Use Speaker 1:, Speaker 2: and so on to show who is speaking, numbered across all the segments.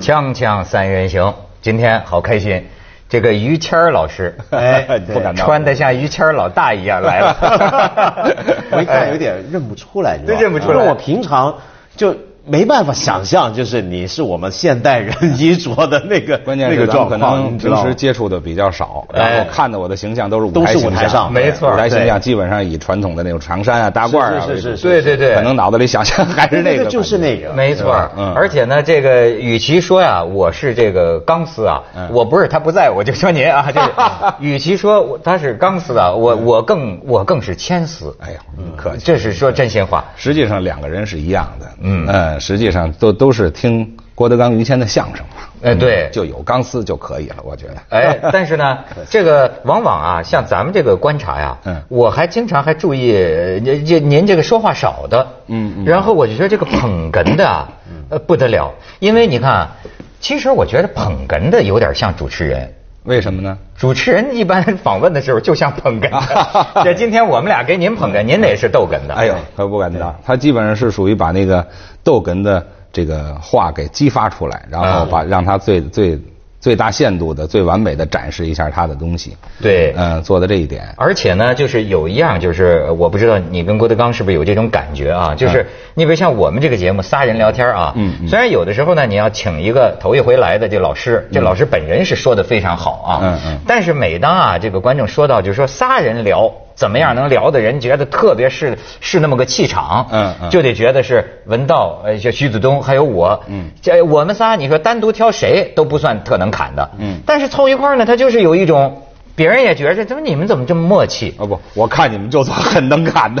Speaker 1: 锵锵三人行，今天好开心，这个于谦儿老师，
Speaker 2: 哎不敢当，
Speaker 1: 穿得像于谦儿老大一样来了
Speaker 2: 我一看有点认不出来，你知道吗
Speaker 1: 对认不出来
Speaker 2: 因为我平常就没办法想象，就是你是我们现代人衣着的那个
Speaker 3: 关键
Speaker 2: 那
Speaker 3: 是
Speaker 2: 个
Speaker 3: 咱
Speaker 2: 状
Speaker 3: 们可
Speaker 2: 况，
Speaker 3: 能
Speaker 2: 你知
Speaker 3: 平
Speaker 2: 道吗
Speaker 3: 时？接触的比较少，
Speaker 2: 哎
Speaker 3: 然后看的我的形象都是舞
Speaker 2: 都
Speaker 3: 台
Speaker 2: 是
Speaker 3: 形
Speaker 2: 舞台
Speaker 3: 象，
Speaker 2: 上
Speaker 1: 没错
Speaker 3: 舞台形
Speaker 2: 对
Speaker 3: 象基本上以传统的那种长衫啊、大褂啊
Speaker 2: 是
Speaker 3: 为
Speaker 2: 是是
Speaker 3: 主，
Speaker 2: 是
Speaker 1: 对对对，
Speaker 3: 可能脑子里想象还是那
Speaker 2: 对
Speaker 3: 个
Speaker 2: 对
Speaker 3: 吧，
Speaker 2: 就是那个，
Speaker 1: 哎没错儿，
Speaker 3: 嗯
Speaker 1: 而且呢，这个与其说呀，我是这个钢丝啊，
Speaker 2: 嗯
Speaker 1: 我不是他不在，我就说您 啊，这个与其说我他是钢丝啊，我我更我更是牵丝，
Speaker 3: 哎呀，
Speaker 2: 嗯
Speaker 3: 客气。
Speaker 1: 这是说真心话。
Speaker 3: 实际上两个人是一样的，
Speaker 1: 嗯
Speaker 3: 呃，实际上都都是听郭德纲、于谦的相声嘛，
Speaker 2: 嗯
Speaker 1: 哎对
Speaker 3: 就有钢丝就可以了，我觉得。
Speaker 1: 哎，但是呢，这个往往啊，像咱们这个观察呀，
Speaker 3: 嗯
Speaker 1: 我还经常还注意呃您这您这个说话少的，
Speaker 3: 嗯嗯
Speaker 1: 然后我就觉得这个捧哏的啊，呃不得了，因为你看啊，其实我觉得捧哏的有点像主持人，
Speaker 3: 为什么呢？
Speaker 1: 主持人一般访问的时候就像捧哏 的，这今天我们俩给您捧哏，您得是逗哏的。
Speaker 3: 哎呦，可不敢当，他基本上是属于把那个逗哏的这个话给激发出来，然后把让他最最最大限度的、最完美的展示一下他的东西。
Speaker 1: 对
Speaker 3: 嗯、做的这一点，
Speaker 1: 而且呢，就是有一样，就是呃我不知道你跟郭德纲是不是有这种感觉啊？就是你比如像我们这个节目仨人聊天啊，
Speaker 3: 嗯嗯
Speaker 1: 虽然有的时候呢，你要请一个头一回来的这老师，这老师本人是说的非常好啊，
Speaker 3: 嗯嗯
Speaker 1: 但是每当啊这个观众说到，就是说仨人聊怎么样能聊的人觉得特别是是那么个气场，
Speaker 3: 嗯嗯
Speaker 1: 就得觉得是文道呃像徐子东还有我，
Speaker 3: 嗯
Speaker 1: 这哎我们仨你说单独挑谁都不算特能侃的，
Speaker 3: 嗯
Speaker 1: 但是凑一块儿呢，他就是有一种。别人也觉着怎么你们怎么这么默契？
Speaker 3: 哦不，我看你们就算很能侃的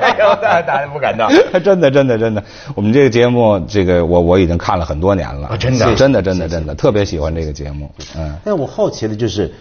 Speaker 1: 哎呦，
Speaker 3: 了。
Speaker 1: 大大家不敢当。
Speaker 3: 真的，真的，真的，我们这个节目，这个我我已经看了很多年了，
Speaker 1: 啊真的
Speaker 3: 真的，真的，真的，特别喜欢这个节目，嗯，
Speaker 2: 但我好奇的就是，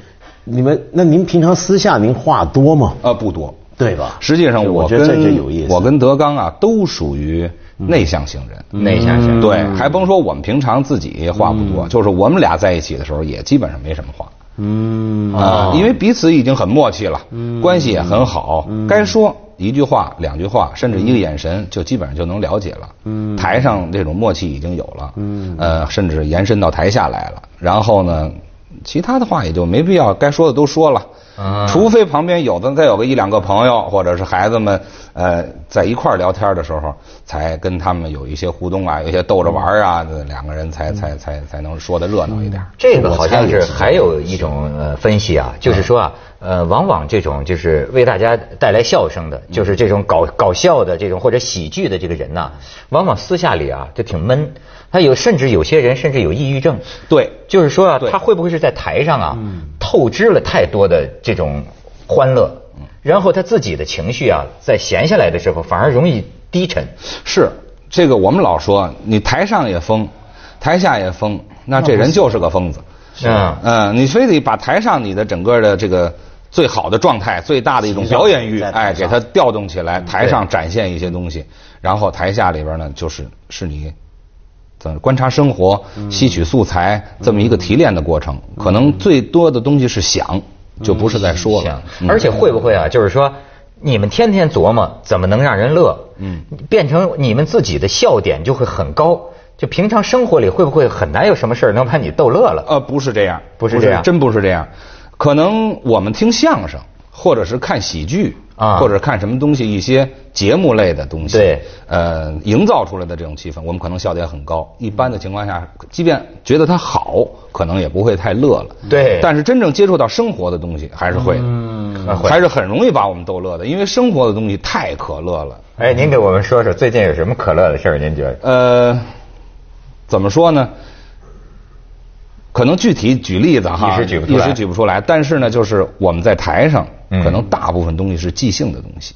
Speaker 2: 你们那您平常私下您话多吗？
Speaker 3: 呃，不多，
Speaker 2: 对吧？
Speaker 3: 实际上，
Speaker 2: 是
Speaker 3: 我
Speaker 2: 我觉
Speaker 3: 跟
Speaker 2: 得这就有意思
Speaker 3: 我跟德纲啊，都属于内向型人。
Speaker 2: 嗯
Speaker 1: 内向型
Speaker 3: 对，还甭说我们平常自己话不多，就是我们俩在一起的时候，也基本上没什么话。
Speaker 2: 嗯，
Speaker 3: 啊，因为彼此已经很默契了，关系也很好，该说一句话、两句话，甚至一个眼神，就基本上就能了解了。台上这种默契已经有了，呃，甚至延伸到台下来了。然后呢，其他的话也就没必要，该说的都说了。
Speaker 1: 啊
Speaker 3: 除非旁边有的再有个一两个朋友或者是孩子们，呃，在一块儿聊天的时候，才跟他们有一些互动啊，有一些逗着玩儿啊，两个人才才才才能说的热闹一点儿。
Speaker 1: 这个好像是还有一种呃分析啊，就是说啊，呃，往往这种就是为大家带来笑声的，就是这种搞搞笑的这种或者喜剧的这个人呐、往往私下里啊就挺闷，他有甚至有些人甚至有抑郁症。
Speaker 3: 对
Speaker 1: 就是说啊，
Speaker 3: 对嗯
Speaker 1: 他会不会是在台上啊透支了太多的这种欢乐，然后他自己的情绪啊在闲下来的时候反而容易低沉。
Speaker 3: 是这个，我们老说你台上也疯，台下也疯，那这人就是个疯子。
Speaker 1: 嗯，
Speaker 3: 嗯，你非得把台上你的整个的这个最好的状态、最大的一种表演欲，
Speaker 2: 在台上
Speaker 3: 哎，给它调动起来，台上展现一些东西，然后台下里边呢，就是是你。怎么观察生活、吸取素材这么一个提炼的过程，可能最多的东西是想，就不是在说了。嗯
Speaker 1: 而且会不会啊？就是说，你们天天琢磨怎么能让人乐，嗯，变成你们自己的笑点就会很高。就平常生活里会不会很难有什么事儿能把你逗乐了？
Speaker 3: 呃，不是这样，
Speaker 1: 不是这样
Speaker 3: 真不是这样。可能我们听相声，或者是看喜剧
Speaker 1: 啊
Speaker 3: 或者看什么东西一些节目类的东西，
Speaker 1: 对，
Speaker 3: 呃，营造出来的这种气氛，我们可能笑点很高。一般的情况下，即便觉得它好，可能也不会太乐了。
Speaker 1: 对
Speaker 3: 但是真正接触到生活的东西，还是会的，嗯，还是很容易把我们逗乐的，因为生活的东西太可乐了。
Speaker 1: 哎，您给我们说说最近有什么可乐的事儿？您觉得？
Speaker 3: 呃，怎么说呢？可能具体举例子哈，
Speaker 1: 一时举不出来
Speaker 3: 一时举不出来。但是呢，就是我们在台上，
Speaker 1: 嗯
Speaker 3: 可能大部分东西是即兴的东西，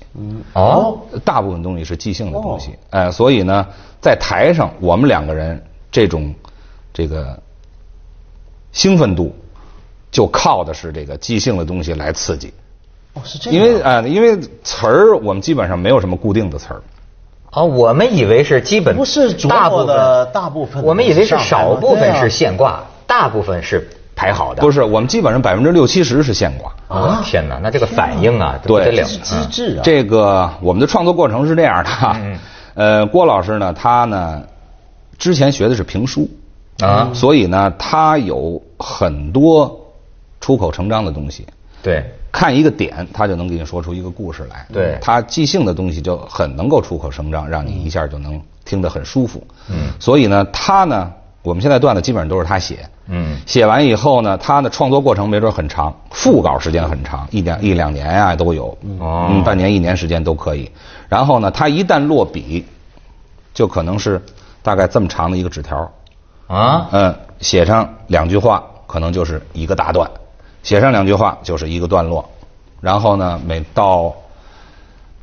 Speaker 1: 哦，
Speaker 3: 大部分东西是即兴的东西。呃，所以呢，在台上我们两个人这种这个兴奋度，就靠的是这个即兴的东西来刺激。
Speaker 2: 哦是这样，
Speaker 3: 因为啊、因为词儿我们基本上没有什么固定的词儿。
Speaker 1: 哦，我们以为是基本
Speaker 2: 不是琢
Speaker 1: 大部
Speaker 2: 磨
Speaker 1: 分
Speaker 2: 的大部分
Speaker 1: 我们以为是
Speaker 2: 上台吗
Speaker 1: 少部
Speaker 2: 对
Speaker 1: 分
Speaker 2: 啊
Speaker 1: 是现挂，大部分是排好的。
Speaker 3: 不
Speaker 1: 是
Speaker 3: 是，我们基本上百分之六七十是现挂。
Speaker 1: 啊，天哪，那这个反应啊，这不
Speaker 3: 对
Speaker 1: 得了
Speaker 2: 是机制啊，
Speaker 3: 这个我们的啊创作过程是
Speaker 1: 嗯
Speaker 3: 这样的，哈，呃，郭老师呢，他呢之前学的是评书，
Speaker 1: 啊
Speaker 3: 所以呢，他有很多出口成章的东西。
Speaker 1: 对，
Speaker 3: 看一个点，他就能给你说出一个故事来。
Speaker 1: 对
Speaker 3: 他即兴的东西就很能够出口成章，让你一下就能听得很舒服。
Speaker 1: 嗯
Speaker 3: 所以呢，他呢，我们现在段子基本上都是他写。
Speaker 1: 嗯
Speaker 3: 写完以后呢，他的创作过程没准很长，副稿时间很长，一两一两年啊都有，
Speaker 1: 哦
Speaker 3: 嗯，半年一年时间都可以。然后呢，他一旦落笔，就可能是大概这么长的一个纸条，
Speaker 1: 啊，
Speaker 3: 嗯，写上两句话，可能就是一个大段；写上两句话就是一个段落。然后呢，每到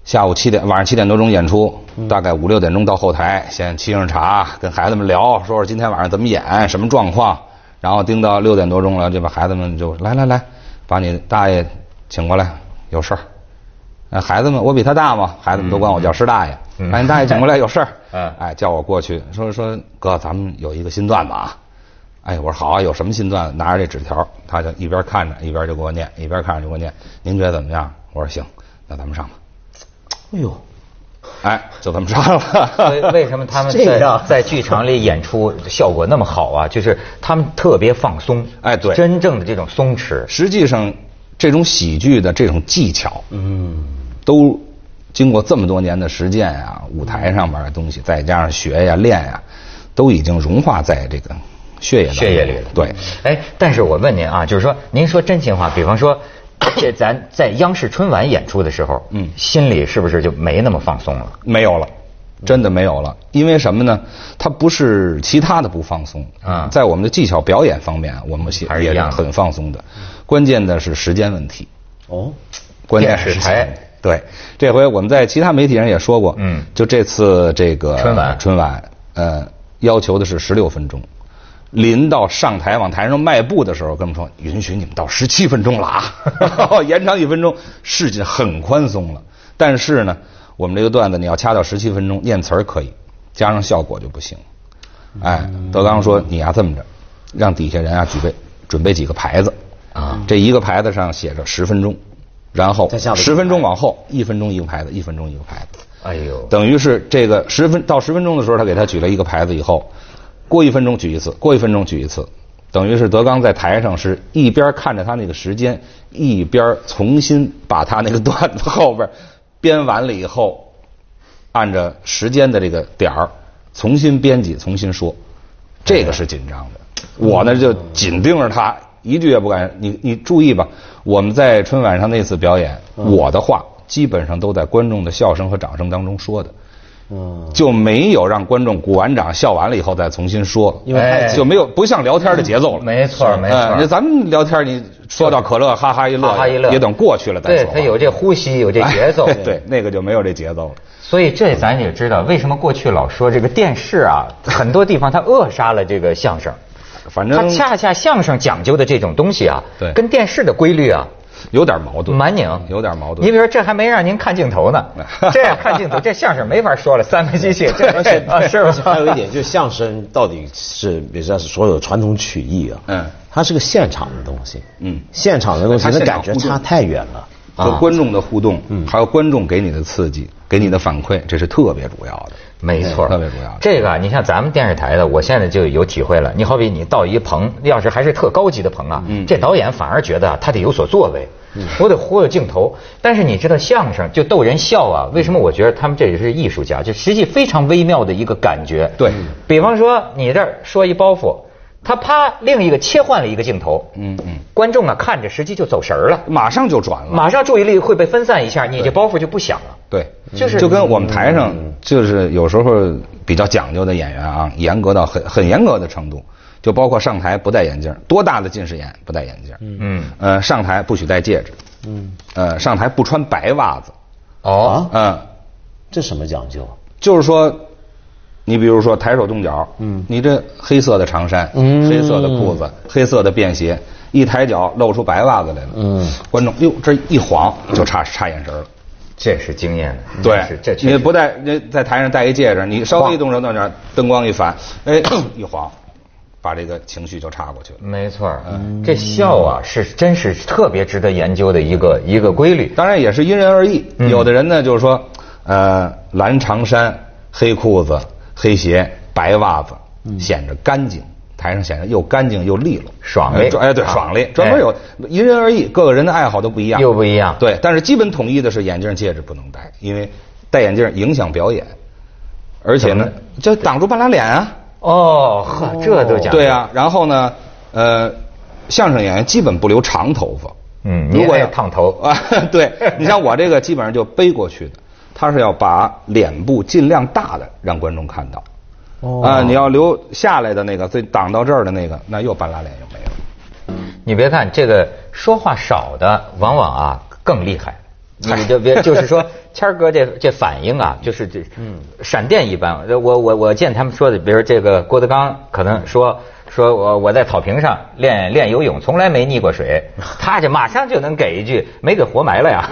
Speaker 3: 下午七点，晚上七点多钟演出，大概五六点钟到后台，先沏上茶，跟孩子们聊，说说今天晚上怎么演，什么状况。然后盯到六点多钟了，就把孩子们就来来来，把你大爷请过来，有事儿。呃孩子们，我比他大嘛，孩子们都管我叫师大爷。
Speaker 1: 嗯
Speaker 3: 把你大爷请过来有事儿。
Speaker 1: 嗯
Speaker 3: 哎，叫我过去，说说哥，咱们有一个新段子啊。哎，我说好啊，有什么新段子？拿着这纸条，他就一边看着一边就给我念，一边看着就给我念。您觉得怎么样？我说行，那咱们上吧。
Speaker 2: 哎呦，
Speaker 3: 哎，就这么上
Speaker 1: 为
Speaker 3: 了。
Speaker 1: 为什么他们
Speaker 2: 这
Speaker 1: 在
Speaker 2: 个
Speaker 1: 在剧场里演出效果那么好啊？就是他们特别放松，
Speaker 3: 哎对
Speaker 1: 真正的这种松弛，
Speaker 3: 实际上，这种喜剧的这种技巧，
Speaker 2: 嗯，
Speaker 3: 都经过这么多年的实践呀、舞台上面的东西，再加上学呀、练呀，都已经融化在这个血液当中
Speaker 1: 血液里了。
Speaker 3: 对，
Speaker 1: 哎，但是我问您啊，就是说，您说真心话，比方说，这咱在央视春晚演出的时候，
Speaker 3: 嗯
Speaker 1: 心里是不是就没那么放松了？
Speaker 3: 没有了，真的没有了。因为什么呢？它不是其他的不放松
Speaker 1: 啊
Speaker 3: 在我们的技巧表演方面，我们是
Speaker 1: 还是一
Speaker 3: 也是
Speaker 1: 样的
Speaker 3: 很放松的。关键的是时间问题，
Speaker 2: 哦，
Speaker 3: 关键
Speaker 1: 电
Speaker 3: 是
Speaker 1: 视
Speaker 3: 时
Speaker 1: 台
Speaker 3: 间问题。对，这回我们在其他媒体上也说过，
Speaker 1: 嗯
Speaker 3: 就这次这个
Speaker 1: 春晚
Speaker 3: 春晚，呃，要求的是十六分钟。临到上台往台上迈步的时候，跟我们说允许你们到十七分钟了 啊，延长一分钟，是很宽松了。但是呢，我们这个段子你要掐到十七分钟，念词儿可以，加上效果就不行。哎，德刚说你呀、这么着，让底下人啊准备准备几个牌子
Speaker 1: 啊
Speaker 3: 这一个牌子上写着十分钟，然后
Speaker 2: 在下边
Speaker 3: 十分钟往后一分钟一个牌子，一分钟一个牌子。
Speaker 1: 哎呦，
Speaker 3: 等于是这个十分到十分钟的时候，他给他举了一个牌子以后，过一分钟举一次，过一分钟举一次，等于是德刚在台上是一边看着他那个时间，一边重新把他那个 段子后边编完了以后，按着时间的这个点儿重新编辑，重新说，这个是紧张的。我呢就紧盯着他，一句也不敢。你你注意吧，我们在春晚上那次表演，
Speaker 1: 嗯
Speaker 3: 我的话基本上都在观众的笑声和掌声当中说的，
Speaker 2: 嗯，
Speaker 3: 就没有让观众鼓完掌笑完了以后再重新说，
Speaker 2: 因为太
Speaker 1: 哎
Speaker 3: 就没有不像聊天的节奏了。
Speaker 1: 没错儿没错
Speaker 3: 哎
Speaker 1: 儿
Speaker 3: 那咱们聊天，你说到可乐，哈哈一乐，
Speaker 1: 啊哈哈一乐，
Speaker 3: 也等过去了再
Speaker 1: 对
Speaker 3: 说话。
Speaker 1: 他有这呼吸，有这节奏，
Speaker 3: 哎 对，那个就没有这节奏了。
Speaker 1: 所以这咱也知道，为什么过去老说这个电视啊，很多地方它扼杀了这个相声。
Speaker 3: 反
Speaker 1: 它
Speaker 3: 正
Speaker 1: 恰恰相声讲究的这种东西啊，
Speaker 3: 对
Speaker 1: 跟电视的规律啊
Speaker 3: 有点矛盾，
Speaker 1: 蛮拧，
Speaker 3: 有点矛
Speaker 1: 你
Speaker 3: 盾。
Speaker 1: 比如说，这还没让您看镜头 呢，这样看镜头，这相声没法说了，三个机器，这
Speaker 3: 哎
Speaker 2: 而且
Speaker 1: 啊是
Speaker 2: 而且还有一
Speaker 1: 吧？
Speaker 2: 点，就是相声到底是，比如说是所有传统曲艺啊，
Speaker 3: 嗯
Speaker 2: 它是个现场的东西，
Speaker 3: 嗯
Speaker 2: 现场的东西，
Speaker 3: 它
Speaker 2: 那
Speaker 3: 现场
Speaker 2: 感觉
Speaker 3: 互动
Speaker 2: 差太远了。
Speaker 3: 和
Speaker 1: 啊
Speaker 3: 观众的互动，
Speaker 1: 嗯
Speaker 3: 还有观众给你的刺激，给你的反馈，这是特别主要的。
Speaker 1: 没错，
Speaker 3: 特别重要
Speaker 1: 这个啊你像咱们电视台的，我现在就有体会了。你好比你到一棚，要是还是特高级的棚啊，
Speaker 3: 嗯
Speaker 1: 这导演反而觉得啊他得有所作为，我得忽悠镜头。但是你知道相声就逗人笑啊，为什么？我觉得他们这也是艺术家，就实际非常微妙的一个感觉。
Speaker 3: 对
Speaker 1: 比方说你这儿说一包袱，他啪另一个切换了一个镜头，
Speaker 3: 嗯嗯，
Speaker 1: 观众啊看着实际就走神儿了。
Speaker 3: 马上就转了。
Speaker 1: 马上注意力会被分散一下，你这包袱就不响了。
Speaker 3: 对，
Speaker 1: 就是嗯
Speaker 3: 就跟我们台上就是有时候比较讲究的演员啊，严格到很很严格的程度，就包括上台不戴眼镜，多大的近视眼不戴眼镜，
Speaker 1: 嗯，
Speaker 3: 呃，上台不许戴戒指，嗯，呃，上台不穿白袜子，
Speaker 1: 哦，
Speaker 3: 嗯、
Speaker 2: 这什么讲究？啊
Speaker 3: 就是说，你比如说抬手动脚，嗯，你这黑色的长衫，嗯，黑色的裤子，黑色的便鞋，一抬脚露出白袜子来了，嗯，观众哟，这一晃就差差眼神了。
Speaker 1: 这是经验的，
Speaker 3: 对
Speaker 1: 是，嗯这确
Speaker 3: 你
Speaker 1: 实
Speaker 3: 不戴，你在台上戴一戒指，你稍微一动手动脚，灯光一反，哎，一晃，把这个情绪就岔过去了。
Speaker 1: 没错儿，这笑啊是真是特别值得研究的一个一个规律。
Speaker 3: 当然也是因人而异，
Speaker 1: 嗯
Speaker 3: 有的人呢就是说，呃，
Speaker 1: 嗯
Speaker 3: 蓝长衫、黑裤子、黑鞋、白袜子，显着干净。台上显得又干净又利落，
Speaker 1: 爽利
Speaker 3: 呃专哎，对，
Speaker 1: 啊
Speaker 3: 爽利，专门有因人而异，各个人的爱好都不一样，
Speaker 1: 又不一样
Speaker 3: 对，但是基本统一的是眼镜、戒指不能戴，因为戴眼镜影响表演，而且呢，就挡住半拉脸啊。
Speaker 1: 哦，呵，这都讲
Speaker 3: 对
Speaker 1: 呀，
Speaker 3: 啊，然后呢，呃，相声演员基本不留长头发。
Speaker 1: 嗯
Speaker 3: 如
Speaker 1: 您
Speaker 3: 果
Speaker 1: 还
Speaker 3: 要
Speaker 1: 有烫头
Speaker 3: 啊， 对你像我这个基本上就背过去的，他是要把脸部尽量大的让观众看到。
Speaker 2: 哦
Speaker 3: 啊，你要留下来的那个，最挡到这儿的那个，那又半拉脸又没了。
Speaker 1: 你别看这个说话少的，往往啊更厉 害。你就别就是说， 谦儿哥这这反应啊，就是这闪电一般。我我我见他们说的，比如这个郭德纲可能说说我我在草坪上练练游泳，从来没溺过 水，他这马上就能给一句没给活埋了 呀，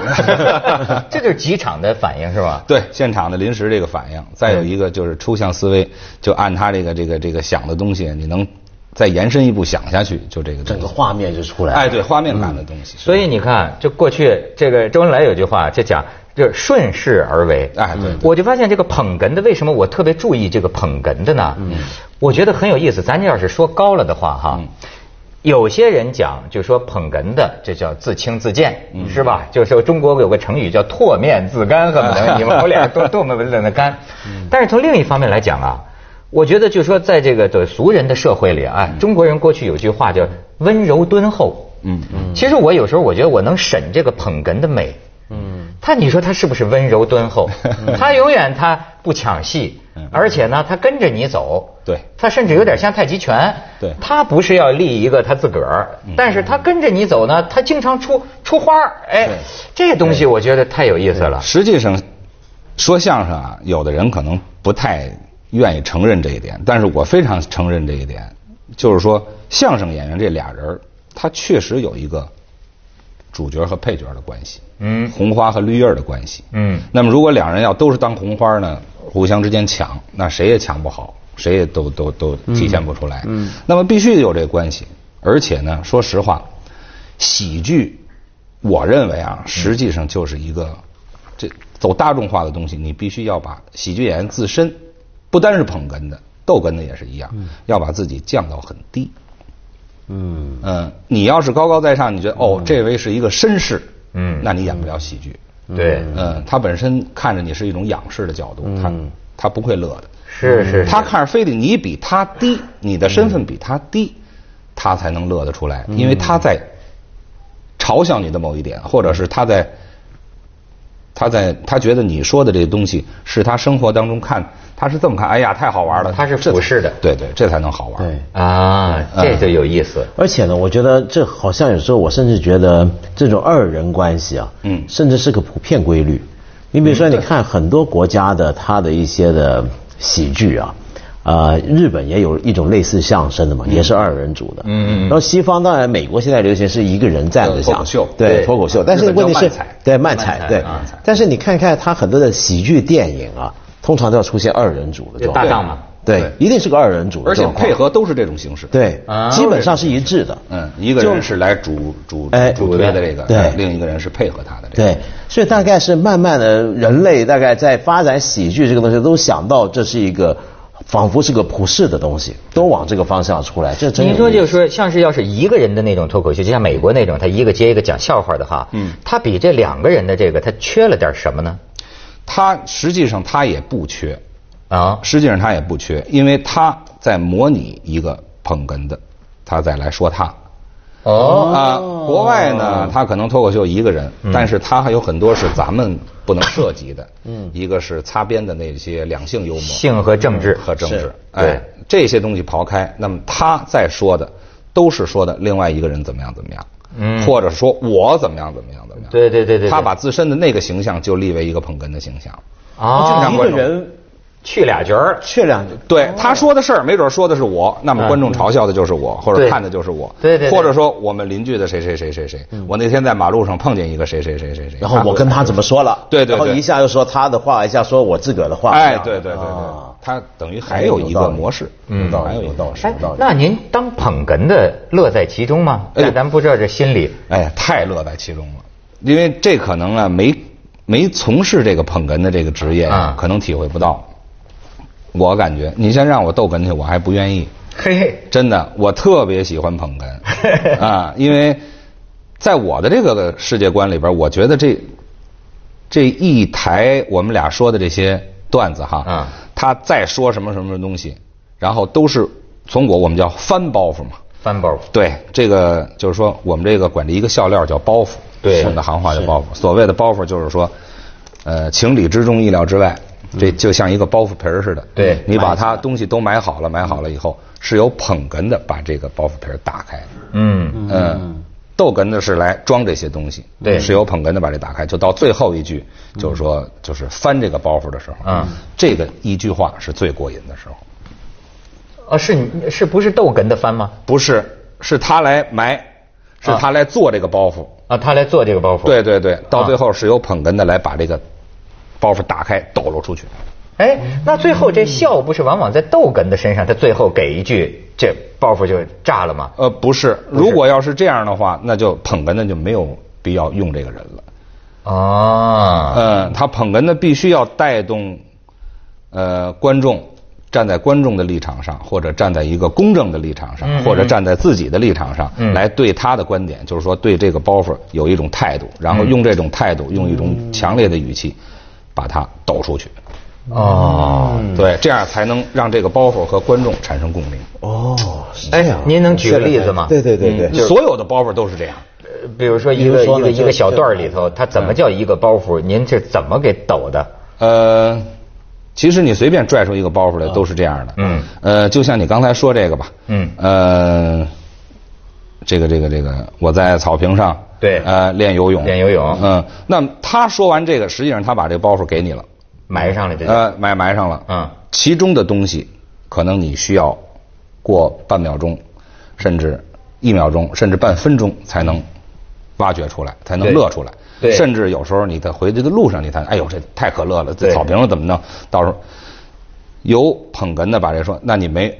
Speaker 1: 这就是几场的反应是吧？
Speaker 3: 对，现场的临时这个反应，再
Speaker 2: 嗯
Speaker 3: 有一个就是抽象思维，就按他这个这个这个想的东西，你能再延伸一步想下去，就这个东
Speaker 2: 整
Speaker 3: 西
Speaker 2: 个画面就出来了。
Speaker 3: 哎，对，画面感的东西。
Speaker 1: 所以你看，就过去这个周恩来有句话，就讲就是顺势而为。
Speaker 3: 哎对对
Speaker 1: 我就发现这个捧哏的，为什么我特别注意这个捧哏的呢？
Speaker 3: 嗯
Speaker 1: 我觉得很有意思。咱要是说高了的话，哈。有些人讲，就说捧哏的，这叫自轻自贱，
Speaker 3: 嗯
Speaker 1: 是吧？就是说中国有个成语叫“唾面自干”，恨不 得你们我俩多多么的那干。
Speaker 3: 嗯
Speaker 1: 但是从另一方面来讲啊，我觉得就说在这个的俗人的社会里啊，中国人过去有句话叫“温柔敦厚”，
Speaker 3: 嗯
Speaker 1: 嗯，其实我有时候我觉得我能审这个捧哏的美，嗯，他你说他是不是温柔敦厚？
Speaker 3: 嗯
Speaker 1: 他永远他不抢戏，而且呢，他跟着你走，
Speaker 3: 对嗯
Speaker 1: 他甚至有点像太极拳，
Speaker 3: 对
Speaker 1: 他不是要立一个他自个儿，但是他跟着你走呢，他经常出出花儿，哎，这东西我觉得太有意思了，
Speaker 3: 实际上，说相声啊，有的人可能不太愿意承认这一点，但是我非常承认这一点，就是说相声演员这俩人儿，他确实有一个主角和配角的关系，
Speaker 1: 嗯
Speaker 3: 红花和绿叶儿的关系，
Speaker 1: 嗯
Speaker 3: 那么如果两人要都是当红花呢，互相之间抢，那谁也抢不好，谁也都都都体现不出来。嗯，那么必须得有这关系。而且呢，说实话，喜剧，我认为啊，实际上就是一个这走大众化的东西，你必须要把喜剧演员自身，不单是捧哏的，逗哏的也是一样，要把自己降到很低。
Speaker 2: 嗯，
Speaker 3: 嗯，你要是高高在上，你觉得哦，这位是一个绅士，
Speaker 1: 嗯
Speaker 3: 那你演不了喜剧。
Speaker 1: 对，
Speaker 3: 嗯，他本身看着你是一种仰视的角度，他他不会乐的。
Speaker 1: 是嗯是，嗯
Speaker 3: 他看着非得你比他低，你的身份比他低，他才能乐得出来，因为他在嘲笑你的某一点，或者是他在他在他觉得你说的这东西是他生活当中看他是这么看，哎呀，太好玩了，
Speaker 1: 嗯他是
Speaker 3: 这
Speaker 1: 俯视的
Speaker 3: 对对，这才能好玩。
Speaker 2: 对。
Speaker 1: 啊，这就有意思，
Speaker 2: 而且呢，我觉得这好像有时候我甚至觉得这种二人关系啊，
Speaker 3: 嗯
Speaker 2: 甚至是个普遍规律。你比如说，你看很多国家的它的一些的喜剧啊，呃，日本也有一种类似相声的嘛，也是二人组的。嗯嗯。然后西方当然，美国现在流行是一个人站着
Speaker 3: 呃脱
Speaker 2: 讲
Speaker 3: 口秀啊
Speaker 2: 对
Speaker 1: 对
Speaker 2: 脱口秀，
Speaker 3: 日
Speaker 2: 但
Speaker 3: 本
Speaker 2: 是问题
Speaker 3: 叫
Speaker 2: 是
Speaker 3: 慢才，
Speaker 2: 对慢
Speaker 1: 慢
Speaker 2: 才
Speaker 1: 才
Speaker 2: 对
Speaker 1: 啊。
Speaker 2: 但是你看看它很多的喜剧电影啊，通常都要出现二人组的
Speaker 1: 这
Speaker 2: 状
Speaker 1: 搭
Speaker 2: 态。
Speaker 1: 档嘛，
Speaker 2: 对，一定是个二人组的
Speaker 3: 而且
Speaker 2: 状况，
Speaker 3: 配合都是这种形式。
Speaker 2: 对
Speaker 1: 啊，
Speaker 2: 基本上是一致的。
Speaker 3: 嗯，一个人是来主主
Speaker 2: 哎
Speaker 3: 主推的这个，
Speaker 2: 对
Speaker 3: 另一个人是配合他的这个。
Speaker 2: 对，所以大概是慢慢的，人类大概在发展喜剧这个东西，都想到这是一个，仿佛是个普世的东西，都往这个方向出来。这真
Speaker 1: 您
Speaker 2: 有
Speaker 1: 说
Speaker 2: 意思
Speaker 1: 就是说，像是要是一个人的那种脱口秀，就像美国那种，他一个接一个讲笑话的哈，嗯，他比这两个人的这个，他缺了点什么呢？
Speaker 3: 他实际上他也不缺，
Speaker 1: 啊，
Speaker 3: 实际上他也不缺，因为他在模拟一个捧哏的，他再来说他。
Speaker 1: 哦，
Speaker 3: 啊，国外呢，他可能脱口秀一个人，但是他还有很多是咱们不能涉及的。嗯，一个是擦边的那些两性幽默，
Speaker 1: 性和政治
Speaker 3: 和政治
Speaker 2: 是，
Speaker 3: 哎，这些东西刨开，那么他在说的都是说的另外一个人怎么样怎么样，嗯，或者说我怎么样怎么样怎么样，
Speaker 1: 对对对对对
Speaker 3: 他把自身的那个形象就立为一个捧哏的形象，
Speaker 1: 啊，
Speaker 3: 常
Speaker 2: 一
Speaker 3: 观
Speaker 2: 个
Speaker 3: 众
Speaker 2: 人
Speaker 1: 去俩角儿，
Speaker 2: 确两
Speaker 3: 对他说的事儿，没准说的是我，那么观众嘲笑的就是我，或者
Speaker 1: 对
Speaker 3: 看的就是我，
Speaker 1: 对对对
Speaker 3: 或者说我们邻居的谁谁谁谁谁，我那天在马路上碰见一个谁谁谁谁谁，
Speaker 2: 然后我跟他怎么说了，
Speaker 3: 对对
Speaker 2: 然
Speaker 3: 对
Speaker 2: 后一下又说他的话，一下说我自个儿的话，
Speaker 3: 哎，
Speaker 2: 这
Speaker 3: 对
Speaker 2: 样
Speaker 3: 对对对
Speaker 2: 啊，
Speaker 3: 他等于还有一个模式，
Speaker 2: 有道
Speaker 3: 还
Speaker 2: 理
Speaker 3: 有一
Speaker 2: 有
Speaker 3: 个
Speaker 2: 道
Speaker 3: 模
Speaker 2: 理，
Speaker 3: 式。
Speaker 1: 哎
Speaker 2: 有道，理。
Speaker 1: 那您当捧哏的乐在其中吗？
Speaker 3: 哎呦
Speaker 1: 但咱不知道这心理，
Speaker 3: 哎，太乐在其中了，因为这可能啊，没没从事这个捧哏的这个职业，
Speaker 1: 啊
Speaker 3: 可能体会不到。我感觉，你先让我逗哏去，我还不愿意。
Speaker 1: 嘿嘿，
Speaker 3: 真的，我特别喜欢捧哏啊，因为在我的这个世界观里边，我觉得这这一台我们俩说的这些段子哈，
Speaker 1: 嗯
Speaker 3: 他再说什么什么东西，然后都是从我我们叫翻包袱嘛，
Speaker 1: 翻包袱。
Speaker 3: 对，这个就是说我们这个管这一个笑料叫包袱，
Speaker 1: 对
Speaker 3: 我们的行话叫包袱。所谓的包袱就是说，呃，情理之中，意料之外，这就像一个包袱皮儿似的。
Speaker 1: 嗯
Speaker 3: 嗯
Speaker 1: 对
Speaker 3: 你把它东西都买好了，买好了以后，是由捧哏的把这个包袱皮儿打开。
Speaker 1: 嗯，
Speaker 3: 嗯，逗哏的是来装这些东西，
Speaker 1: 对
Speaker 3: 是由捧哏的把这打开，就到最后一句，就是说，就是翻这个包袱的时候，
Speaker 1: 嗯，
Speaker 3: 这个一句话是最过瘾的时候。
Speaker 1: 哦，是你是不是逗哏的翻吗？
Speaker 3: 不是，是他来埋，是他来做这个包袱。
Speaker 1: 啊，他来做这个包袱。
Speaker 3: 对对对，到最后是由捧哏的来把这个包袱打开，抖搂出去。
Speaker 1: 哎，
Speaker 3: 嗯
Speaker 1: 那最后这笑不是往往在逗哏的身上，他最后给一句，这包袱就炸了吗？
Speaker 3: 呃，不是，如果要是这样的话，那就捧哏的就没有必要用这个人了。
Speaker 1: 啊，
Speaker 3: 嗯，他捧哏的必须要带动，呃，观众站在观众的立场上，或者站在一个公正的立场上，或者站在自己的立场上，
Speaker 1: 嗯
Speaker 3: 来对他的观点，就是说对这个包袱有一种态度，然后用这种态度，用一种强烈的语气，把它抖出去。呃
Speaker 1: 哦，
Speaker 3: 啊对，这样才能让这个包袱和观众产生共鸣。
Speaker 2: 哦，是这
Speaker 1: 哎
Speaker 2: 样，
Speaker 1: 您能举个例子吗？
Speaker 2: 对对对对，
Speaker 3: 嗯所有的包袱都是这样。
Speaker 1: 呃比如说一个
Speaker 2: 比如
Speaker 1: 一
Speaker 2: 说呢
Speaker 1: 个一
Speaker 2: 就
Speaker 1: 个小段儿里头，它怎
Speaker 3: 嗯
Speaker 1: 么叫一个包袱？您是怎么给抖的？
Speaker 3: 呃，其实你随便拽出一个包袱来，都是这样的。
Speaker 1: 嗯，
Speaker 3: 呃，就像你刚才说这个吧。
Speaker 1: 嗯
Speaker 3: 呃，这个这个这个，我在草坪上。
Speaker 1: 对
Speaker 3: 呃，练游泳。
Speaker 1: 练游泳
Speaker 3: 嗯，那么他说完这个，实际上他把这个包袱给你了，
Speaker 1: 埋上了这就，
Speaker 3: 呃，埋埋上了。
Speaker 1: 嗯
Speaker 3: 其中的东西，可能你需要过半秒钟，甚至一秒钟，甚至半分钟才能挖掘出来，才能
Speaker 1: 对
Speaker 3: 乐出来。
Speaker 1: 对
Speaker 3: 甚至有时候你在回去的路上，你才哎呦这太可乐了，
Speaker 1: 对
Speaker 3: 这草坪上怎么弄？到时候由捧哏的把这说，那你没。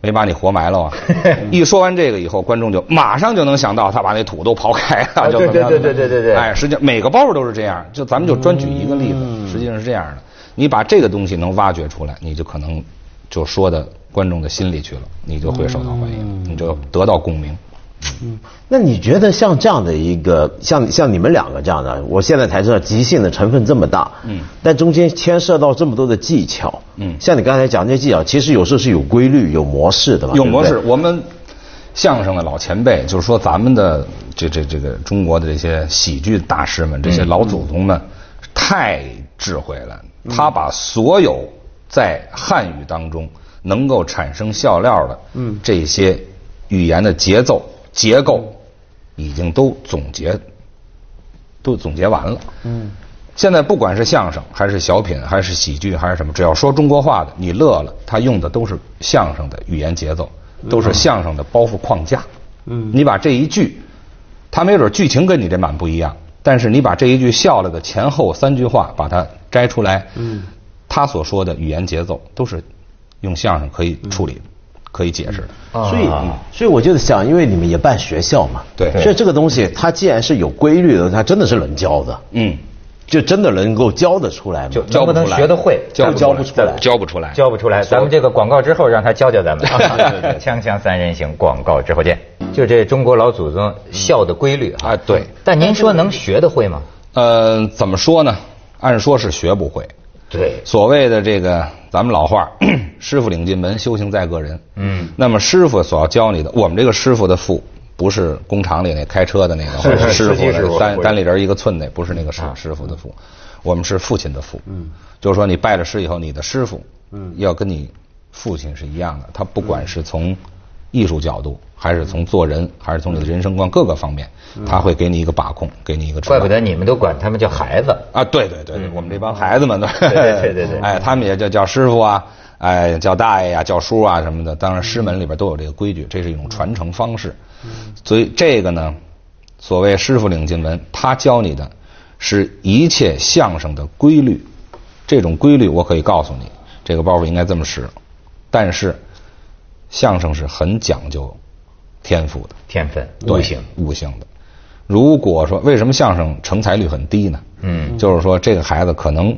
Speaker 3: 没把你活埋了啊！ 一说完这个以后，观众就马上就能想到他把那土都刨开
Speaker 1: 啊
Speaker 3: 了，就
Speaker 1: 对对
Speaker 3: 怎么样
Speaker 1: 对对对对对
Speaker 3: 哎，实际上每个包袱都是这样，就咱们就专举一个例子，
Speaker 1: 嗯
Speaker 3: 实际上是这样的。你把这个东西能挖掘出来，你就可能就说的观众的心里去了，你就会受到欢
Speaker 1: 嗯
Speaker 3: 迎，你就得到共鸣。
Speaker 2: 那你觉得像这样的一个，像像你们两个这样的，我现在才知道即兴的成分这么大，嗯，但中间牵涉到这么多的技巧，
Speaker 3: 嗯
Speaker 2: 像你刚才讲这些技巧，其实有时候是有规律、有模式的嘛，
Speaker 3: 有
Speaker 2: 对不
Speaker 3: 模
Speaker 2: 对
Speaker 3: 式，，我们相声的老前辈，就是说咱们的这这这个中国的这些喜剧大师们，这
Speaker 2: 嗯
Speaker 3: 些老祖宗们，太智慧了。
Speaker 2: 嗯
Speaker 3: 他把所有在汉语当中能够产生笑料的，嗯，这些语言的节奏结构，已经都总结都总结完了。嗯，现在不管是相声还是小品还是喜剧还是什么，只要说中国话的，你乐了，他用的都是相声的语言节奏，都是相声的包袱框架。嗯，你把这一句，他没准剧情跟你这满不一样，但是你把这一句笑了的前后三句话把它摘出来，嗯，他所说的语言节奏都是用相声可以处理、可以解释的。
Speaker 2: 所以，所以我就想，因为你们也办学校嘛，
Speaker 3: 对
Speaker 2: 所以这个东西它既然是有规律的，它真的是能教的，
Speaker 3: 嗯，
Speaker 2: 就真的能够教得出来嘛。
Speaker 1: 就
Speaker 3: 教
Speaker 1: 能
Speaker 3: 不
Speaker 1: 不
Speaker 3: 出
Speaker 1: 能
Speaker 3: 来
Speaker 1: 学得会？
Speaker 3: 教不
Speaker 2: 教不出来
Speaker 3: 教不出来，
Speaker 1: 教哎不出来。咱们这个广告之后，让他教教咱们。 锵锵三人行，广告之后见。就这中国老祖宗笑的规律啊
Speaker 3: 啊，对。
Speaker 1: 但您说能学得会吗？
Speaker 3: 呃，怎么说呢？按说是学不会。
Speaker 1: 对，
Speaker 3: 所谓的这个，咱们老话儿， 师傅领进门，修行在个人。
Speaker 1: 嗯，
Speaker 3: 那么师傅所要教你的，我们这个师傅的父，不是工厂里那开车的那个，或者
Speaker 1: 是
Speaker 3: 师
Speaker 1: 司机
Speaker 3: 傅
Speaker 1: 师傅啊
Speaker 3: 的单
Speaker 1: 不是
Speaker 3: 单里人一个寸那，不是那个师师傅的父，我们是父亲的父。嗯，就是说你拜了师以后，你的师傅，嗯，要跟你父亲是一样的，他不管是从艺术角度，还是从做人，还是从你的人生观各个方面，他会给你一个把控，给你一个指导
Speaker 1: 嗯怪不得你们都管他们叫孩子。
Speaker 3: 啊，对对对，对我们这帮孩子们都，
Speaker 1: 嗯对对对对对
Speaker 3: 哎，他们也叫叫师傅啊，哎，叫大爷呀、叫叔啊什么的。当然，师门里边都有这个规矩，这是一种传承方式。
Speaker 1: 嗯
Speaker 3: 所以这个呢，所谓师傅领进门，他教你的是一切相声的规律。这种规律，我可以告诉你，这个包袱应该这么使。但是，相声是很讲究天赋的。
Speaker 1: 天分
Speaker 3: 对
Speaker 1: 不行，
Speaker 3: 悟性的。如果说为什么相声成才率很低呢？
Speaker 1: 嗯，
Speaker 3: 就是说这个孩子可能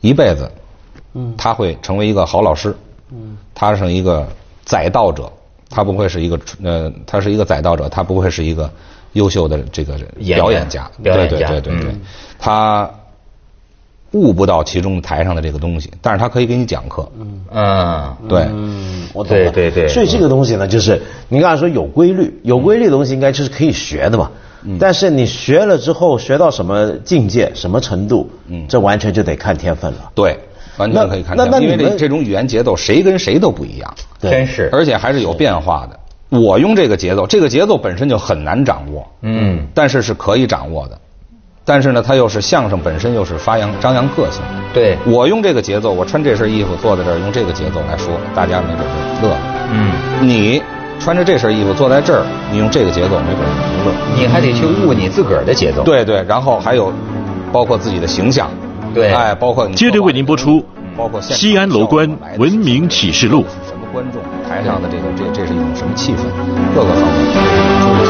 Speaker 3: 一辈子，嗯，他会成为一个好老师，嗯，他是一个载道者，他不会是一个呃，他是一个载道者，他不会是一个优秀的这个
Speaker 1: 演员
Speaker 3: 表演家，
Speaker 1: 表演家
Speaker 3: 对对对对对
Speaker 1: 嗯，
Speaker 3: 他悟不到其中台上的这个东西，但是他可以给你讲课，
Speaker 1: 嗯，
Speaker 3: 对，
Speaker 2: 嗯，我懂
Speaker 1: 对
Speaker 2: 了。
Speaker 1: 对对
Speaker 2: 所以这个东西呢，就是你刚才说有规律，有规律的东西应该就是可以学的嘛。
Speaker 1: 嗯
Speaker 2: 但是你学了之后，学到什么境界、什么程度，
Speaker 1: 嗯
Speaker 2: 这完全就得看天分了。
Speaker 3: 对，完
Speaker 2: 那
Speaker 3: 全可以看
Speaker 2: 那
Speaker 3: 见，
Speaker 2: 那
Speaker 3: 因为
Speaker 2: 你
Speaker 3: 这
Speaker 2: 们
Speaker 3: 这种语言节奏谁跟谁都不一样，
Speaker 2: 对
Speaker 1: 真是，
Speaker 3: 而且还是有变化的。我用这个节奏，这个节奏本身就很难掌握，
Speaker 1: 嗯，
Speaker 3: 但是是可以掌握的。但是呢，它又是相声本身，又是发扬张扬个性。
Speaker 1: 对，
Speaker 3: 我用这个节奏，我穿这身衣服坐在这儿，用这个节奏来说，大家没准就乐了。
Speaker 1: 嗯，
Speaker 3: 你穿着这身衣服坐在这儿，你用这个节奏，没准就不乐。
Speaker 1: 你还得去悟你自个儿的节奏。，
Speaker 3: 对对，然后还有包括自己的形象，
Speaker 1: 对
Speaker 3: 哎，包括你嗯
Speaker 4: 接着为您播出
Speaker 3: 包括现场
Speaker 4: 西安楼观
Speaker 3: 效果来的
Speaker 4: 文明启示录
Speaker 3: 是什么观众，台上的这个这这是一种什么气氛，各个方面。